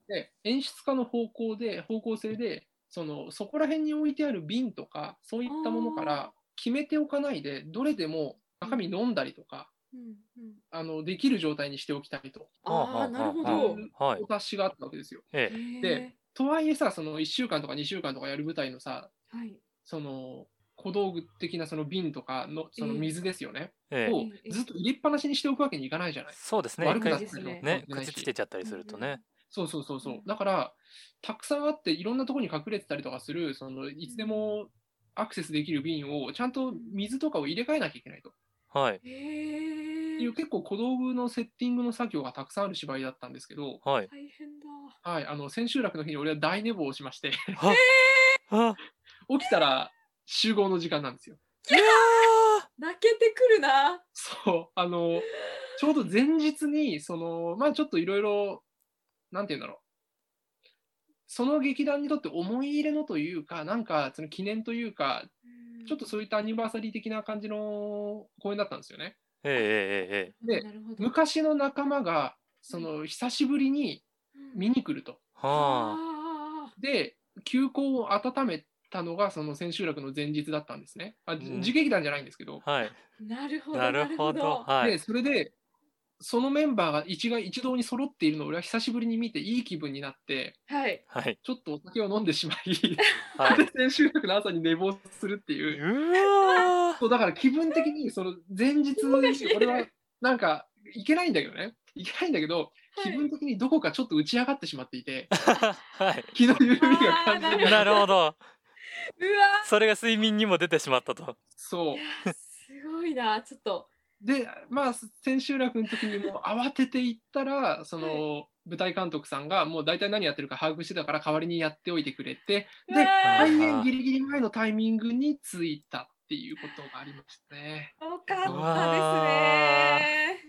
で演出家の方向で方向性でそのそこら辺に置いてある瓶とかそういったものか
あー
ら決めておかないでどれでも中身飲んだりとか、
うんうん、
あのできる状態にしておきたいと
はあはあ
ああ、なるほ
はあ
ど。
はい
お達しがあったわけですよ。
ええ
へえ
でとはいえさ、その1週間とか2週間とかやる舞台のさ、
はい。
その小道具的なその瓶とかのその水ですよね、
ええ
をずっと入れっぱなしにしておくわけにいかないじゃない。
そうですね
悪
一
くな
回
ったり
です
とか
ね。
ね
もしない
口
し
つけちゃったりするとね、
そうそうそうそううんだから、たくさんあって、いろんなところに隠れてたりとかする、そのいつでもアクセスできる瓶を、ちゃんと水とかを入れ替えなきゃいけないと。
はい
へ
い
え
う。結構小道具のセッティングの作業がたくさんある芝居だったんですけど、
はい
大変だ。
はい、あの千秋楽の日に俺は大寝坊をしまして、
はあ
起きたら集合の時間なんですよ。
いや
泣けてくるな。
そう、あの、ちょうど前日に、その、まあちょっといろいろ、なんて言うんだろう。その劇団にとって思い入れのというか、なんかその記念というか、ちょっとそういったアニバーサリー的な感じの公演だったんですよね。
ーえええええ
で
なるほど
昔の仲間が、その、久しぶりに見に来ると。
えは
あ
で、休校を温めたのが、その千秋楽の前日だったんですね。あ、じ
うん
自劇団じゃないんですけど。
あはい
ーなるほど。
なるほど。はい
で、それで、そのメンバーが一概一堂に揃っているのを俺は久しぶりに見て、いい気分になって、
はい。
はい
ちょっとお酒を飲んでしま い、
はい
で千秋楽の朝に寝坊するってい
う
う。
わ
そうだから気分的に、その前日、俺はなんか、いけないんだけどね。いけないんだけど、気分的にどこかちょっと打ち上がってしまっていて、
ーはい
気の緩みが感じられない
なるほど
うわ
それが睡眠にも出てしまったと
そ
ー。
う
い。やすごいな。ちょっと。
でまあ千秋楽の時にもう慌てて行ったらその、舞台監督さんがもう大体何やってるか把握してたから代わりにやっておいてくれて
うわ
で
は
開
い
ー
演ギリギリ前のタイミングに着いたっていうことがありましたね。
よかったで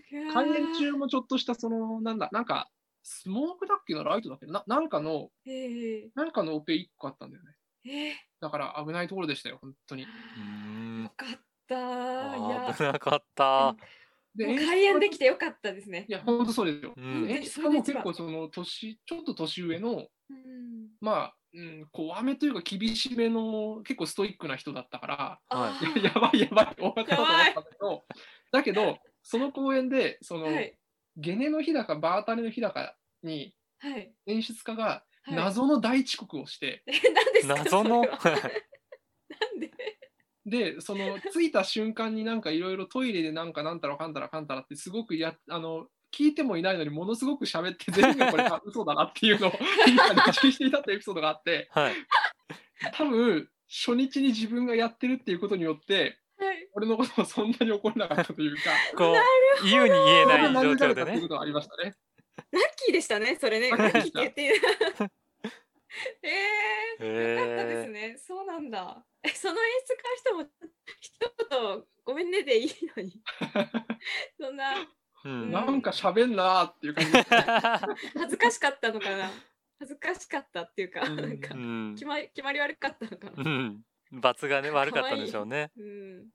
すね。
開演中もちょっとしたそのなんだなんかスモークだっけなライトだっけななんかの
ええ
なんかのオペ1個あったんだよね。
ええ
だから危ないところでしたよ本当に。
うーん
よかった。い
あ
や
ー、危なかった
で
もう開演でき
て
てよかったですね
い。や本当そうですよ。
うん
え
演出家も結構その年ちょっと年上の
うん。
まあ、うん、怖めというか厳しめの結構ストイックな人だったから、
あ
は
ー
やばいやばい終わったと思ったんだけどだけどその公演でその、
はい
ゲネの日だかバータレの日だかに
はい。
演出家が
はい、
謎の大遅刻をして、
え何ですか
謎の
それはなんで
でその着いた瞬間になんかいろいろトイレでなんかなんたらかんたらかんたらってすごくやあの聞いてもいないのにものすごく喋って全員がこれあ嘘だなっていうのを 今自信していたってエピソードがあって
はい
多分初日に自分がやってるっていうことによって
はい
俺のこともそんなに怒らなかったというか、
こう言うに 言えな
そん
い
な
状
に
況
慣れた
で
っていう
ね
ことはありましたね。
ラッキーでしたねそれね
ラ
ラ
ッ
ッ
キー
キー
で
っ
してた
言っていいええよかったで
え
すねそうなんだえその演出家の人も一言ごめんねでいいのにそんな
ーう
うん
ん
なんか喋んなーっていう感じで
恥ずかしかったのかな恥ずかしかったっていうか、
うん
なんか
うん
決まり決まり悪かったのか
う
な。
ん罰がね悪かったんでしょうね
うん。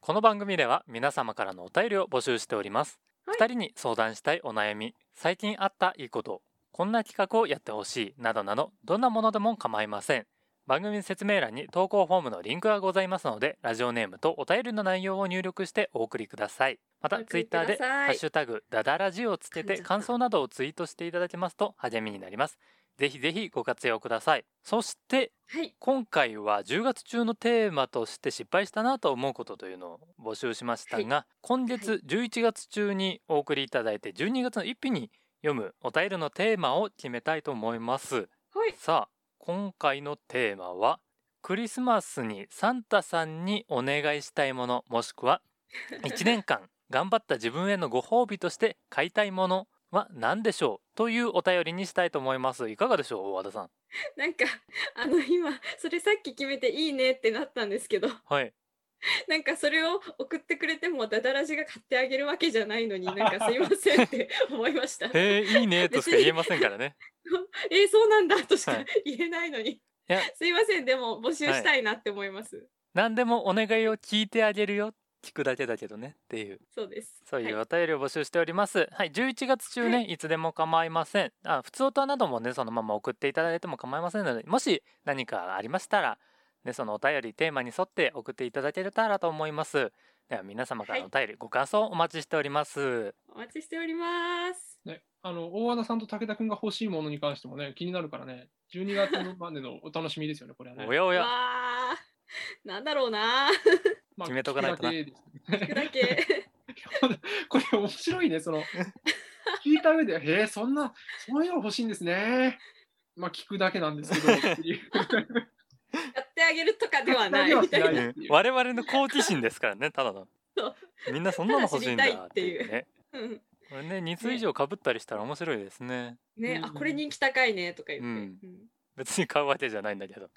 この番組では皆様からのお便りを募集しております、
はい
二人に相談したいお悩み最近あったいいことこんな企画をやってほしいなどなどどんなものでも構いません番組説明欄に投稿フォームのリンクがございますのでラジオネームとお便りの内容を入力してお送りくださいま
お
たツ
送
イ
り
ッ
く
ターで
ださい
ハッシュタグダダラジオをつけ
噛ん
て
じゃった
感想などをツイートしていただけますと励みになりますぜひぜひご活用くださいそして
はい。
今回は10月中のテーマとして失敗したなと思うことというのを募集しましたが、今月11月中にお送りいただいて12月の一日に読むお便りのテーマを決めたいと思います
はい。
さあ今回のテーマはクリスマスにサンタさんにお願いしたいものもしくは1年間頑張った自分へのご褒美として買いたいものは何でしょうというお便りにしたいと思いますいかがでしょう大和田さん
なんか あの今それさっき決めていいねってなったんですけど、
はい
なんかそれを送ってくれてもダダラジが買ってあげるわけじゃないのに、なんかすいませんって 思いました。
へ
え
えいい ねとしか言えませんからね。
ー、そうなんだとしか
はい
言えないのに
や。
すいませんでも募集したいなって思います。
何でもお願いを聞いてあげるよ聞くだけだけどねっていう
そうです。
そういう
は
お便りを募集しております。はい、11月中ね、、
はい
つでも構いません。あ、普通音などもね、そのまま送っていただいても構いませんので、もし何かありましたら、ね、そのお便りテーマに沿って送っていただけたらと思います。では皆様からのお便り、ご感想お待ちしております
お待ちしております。
ね、あの大和田さんと武田君が欲しいものに関してもね気になるからね12月までのお楽しみですよねこれはね。
おやお
わ
や
あ、なんだろうな。
まあ
決めとかないとな
聞くだ
聞くだけ。
けですこれ面白いね その聞いた上で「へえそんなそういうの欲しいんですね」まあ聞くだけなんです けどっていう
やってあげるとかではないみたい
や
な
や。や
うん我々の好奇心ですからねただの
そう
みんなそんなの欲しいんだ
ただ知りた
っ
いってて
い
いう
うね
うん
これね2通以上かぶったりしたら面白いですね
ね、
うん
あこれ人気高いねとか言って、
うん
うん
別に買うわけじゃないんだけど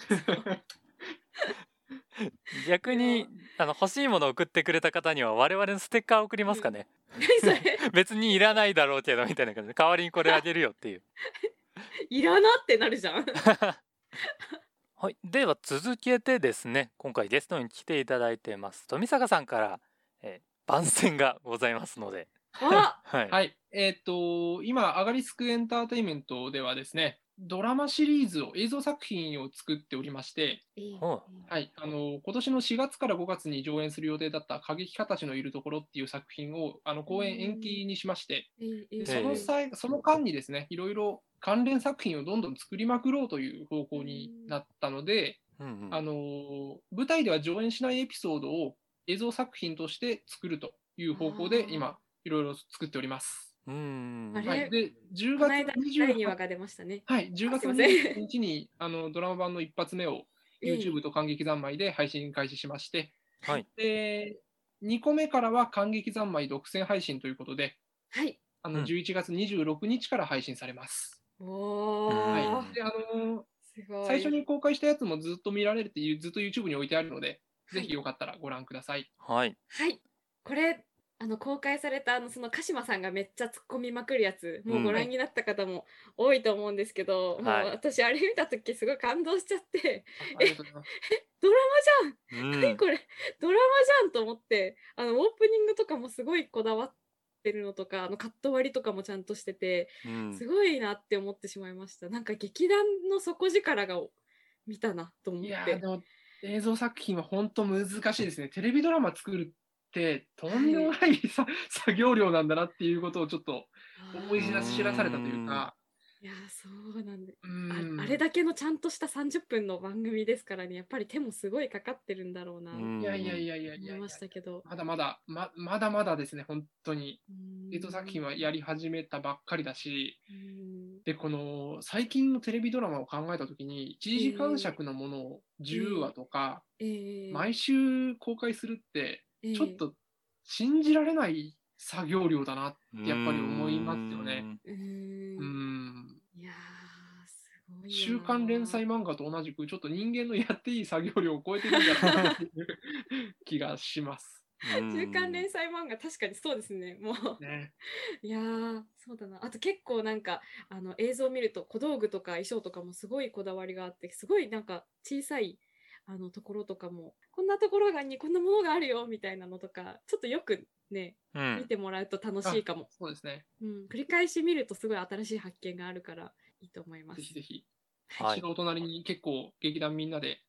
逆にあの欲しいものを送ってくれた方には我々のステッカーを送りますかね、
何それ
別にいらないだろうけどみたいな感じで代わりにこれあげるよっていう
いらなってなるじゃん。
はいでは続けてですね今回ゲストに来ていただいてます富坂さんから、えー番宣がございますので
あ
はい、
はい。えーっと、今、アガリスクエンターテインメントではですね、ドラマシリーズを、映像作品を作っておりまして、
ほ
はい、あの今年の4月から5月に上演する予定だった「過激家たちのいるところ」っていう作品をあの公演延期にしまして、
いいいい
で
いい
その際その間にですねいろいろ関連作品をどんどん作りまくろうという方向になったので、
う、うんうん、
あの舞台では上演しないエピソードを映像作品として作るという方向で
あー
今いろいろ作っております。
うーん
あれ
はい、で10
この間
月
第2
28
話が出ましたね。
はい、10
あ
月
すいません
21日にあのドラマ版の一発目を
ええ
YouTube と感激三昧で配信開始しまして、
はい
で2個目からは感激三昧独占配信ということで、
はい。
あ
う
の
ん
11月26日から配信されます。
おお、
は
であの
すごい。
最初に公開したやつもずっと見られるっていうずっと YouTube に置いてあるので、
はい
ぜひよかったらご覧くだ さい。
はい
はい。これあの公開されたあのその鹿島さんがめっちゃ突っ込みまくるやつもうご覧になった方も多いと思うんですけど、
はい
もう私あれ見た時すごい感動しちゃって
ありがとうございます。
ドラマじゃん
うん
何これドラマじゃんと思ってあのオープニングとかもすごいこだわってるのとかあのカット割りとかもちゃんとしてて
うん
すごいなって思ってしまいましたなんか劇団の底力が見たなと思っ
い
て
やーでも映像作品は本当難しいですね。テレビドラマ作るってとんでもないさ作業量なんだなっていうことをちょっと思い
出す
知らされたというか、
いやーそうなんで
う
あ
ん
あれだけのちゃんとした30分の番組ですからねやっぱり手もすごいかかってるんだろうなと思
うん
いやいやいやいやいや
いましたけど
まだまだままだまだですね本当に
うん
江戸作品はやり始めたばっかりだし
うん
でこの最近のテレビドラマを考えた時に1時間尺のものを10話とか
えー
毎週公開するって
えー
ちょっと信じられない作業量だなってやっぱり思いますよね
うん
うーん
うん
いやーすごいよな
週刊連載漫画と同じくちょっと人間のやっていい作業量を超えてるんじゃないかなっていう 気がします。
週刊連載漫画確かにそうですねもう
ね、
いやーそうだなあと結構なんかあの映像を見ると小道具とか衣装とかもすごいこだわりがあってすごいなんか小さいあのところとかもこんなところがにこんなものがあるよみたいなのとかちょっとよくね
うん
見てもらうと楽しいかも、
そうですね。
うん繰り返し見るとすごい新しい発見があるからいいと思います
ぜひぜひ。
はい
素人なりに結構劇団みんなで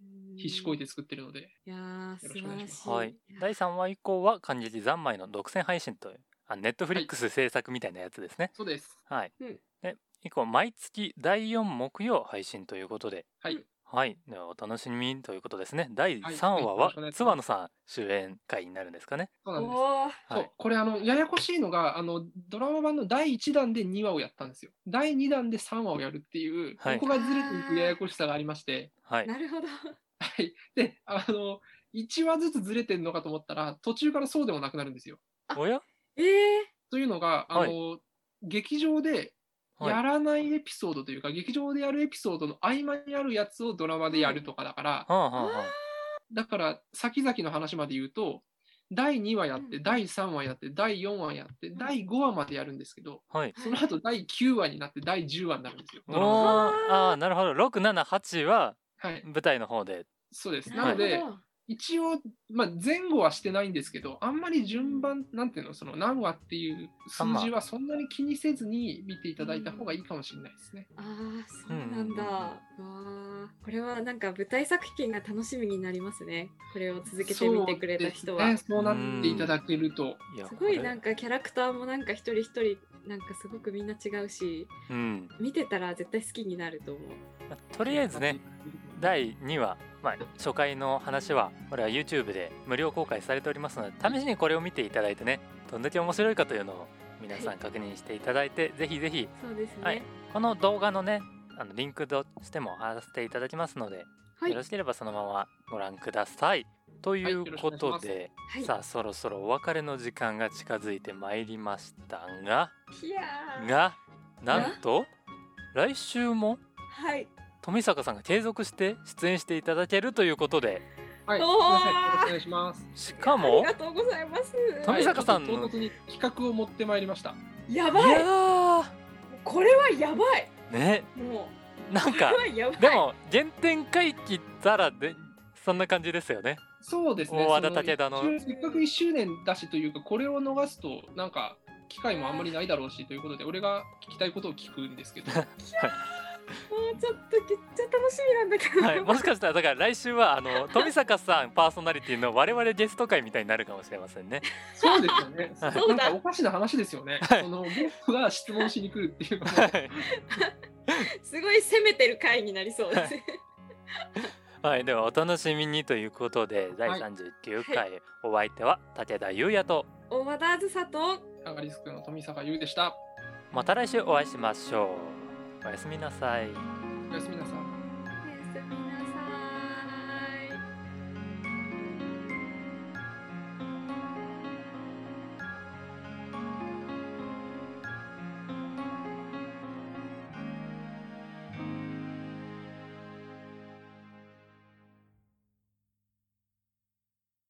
うん
必死こいて作ってるので、
いやー
よ
素
ろし
晴
くお願
ら
いしま
しい、
はい、第3話以降は「漢字三昧」の独占配信というあネットフリックス制作みたいなやつですね
そうです。
はい、
うん
で以降毎月第4木曜配信ということでは
はい、
はい、ではお楽しみということですね第
はい
3話
よろ
は
しくお願いします
諏訪野さん主演会になるんですかね
そうなんです。
おー
そ
は
う
い
これあのややこしいのがあのドラマ版の第1弾で2話をやったんですよ第2弾で3話をやるっていう、
はい
ここがずれていくややこしさがありまして、
はい
なるほど
はい、であの1話ずつずれてるのかと思ったら途中からそうでもなくなるんですよ
あ
おや
ええ
というのがあの、劇場で
はい
やらないエピソードというか、劇場でやるエピソードの合間にあるやつをドラマでやるとかだから、
はあはあはあ
だから先々の話まで言うと第2話やって、
うん
第3話やって第4話やって、第5話までやるんですけど
はい
その後第9話になって第10話になるんですよ。
お
ドラマが
ーあーなるほど678は
はい、
舞台の方で
そうです。
ー
なので、
るほど
一応、まあ、前後はしてないんですけどあんまり順番なんていうのその何話っていう数字はそんなに気にせずに見ていただいた方がいいかもしれないですね。
ああそうなんだ、わああーこれはなんか舞台作品が楽しみになりますねこれを続けて見てくれた人は
そう
す,、
ですねそうなっていただけると。
いや
ごいなん
か、
かキャラクターもなんか一人一人なんかすごくみんな違うし
うん
見てたら絶対好きになると思う
まあとりあえずね。第2話、まあ、初回の話はこれは YouTube で無料公開されておりますので試しにこれを見ていただいてねどんだけ面白いかというのを皆さん確認していただいて、ぜひぜひ
そうですね
はいこの動画のねあのリンクとしても貼らせていただきますので、
はい
よろしければそのままご覧ください。ということ
はい
で、
はい
さあそろそろお別れの時間が近づいてまいりましたが
いやー
がなんと来週も
はい
富坂さんが継続して出演していただけるということで
はい、
おー
よろしくお願いします。
しか
あり
も
がとうございます
富
はい
坂さんの
ちょっと唐突に企画を持ってまいりました。
や
い
ばい
やー
これはやばい
ね
も
な
うんこ
か
れはやばい
でも原点回帰たらでそんな感じですよね
そうですね。
大和田武田の
そ一周せっかく1周年だしというか、これを逃すと、なんか、機会もあんまりないだろうしということで、俺が聞きたいことを聞くんですけど、
もうちょっとめっちゃ楽しみなんだけど、
はい、もしかしたらだから来週はあの富坂さんパーソナリティの我々ゲスト会みたいになるかもしれませんね。
そうですよね。
はい
なんかおかしな話ですよね。その、僕が質問しに来るっていうのも
は、い、
すごい攻めてる回になりそうですね
はい、ではお楽しみにということで第
はい
39回、お相手は武田優也と
大和田あずさと
アガリスクの富坂優でした。
また来週お会いしましょう。おやすみなさい。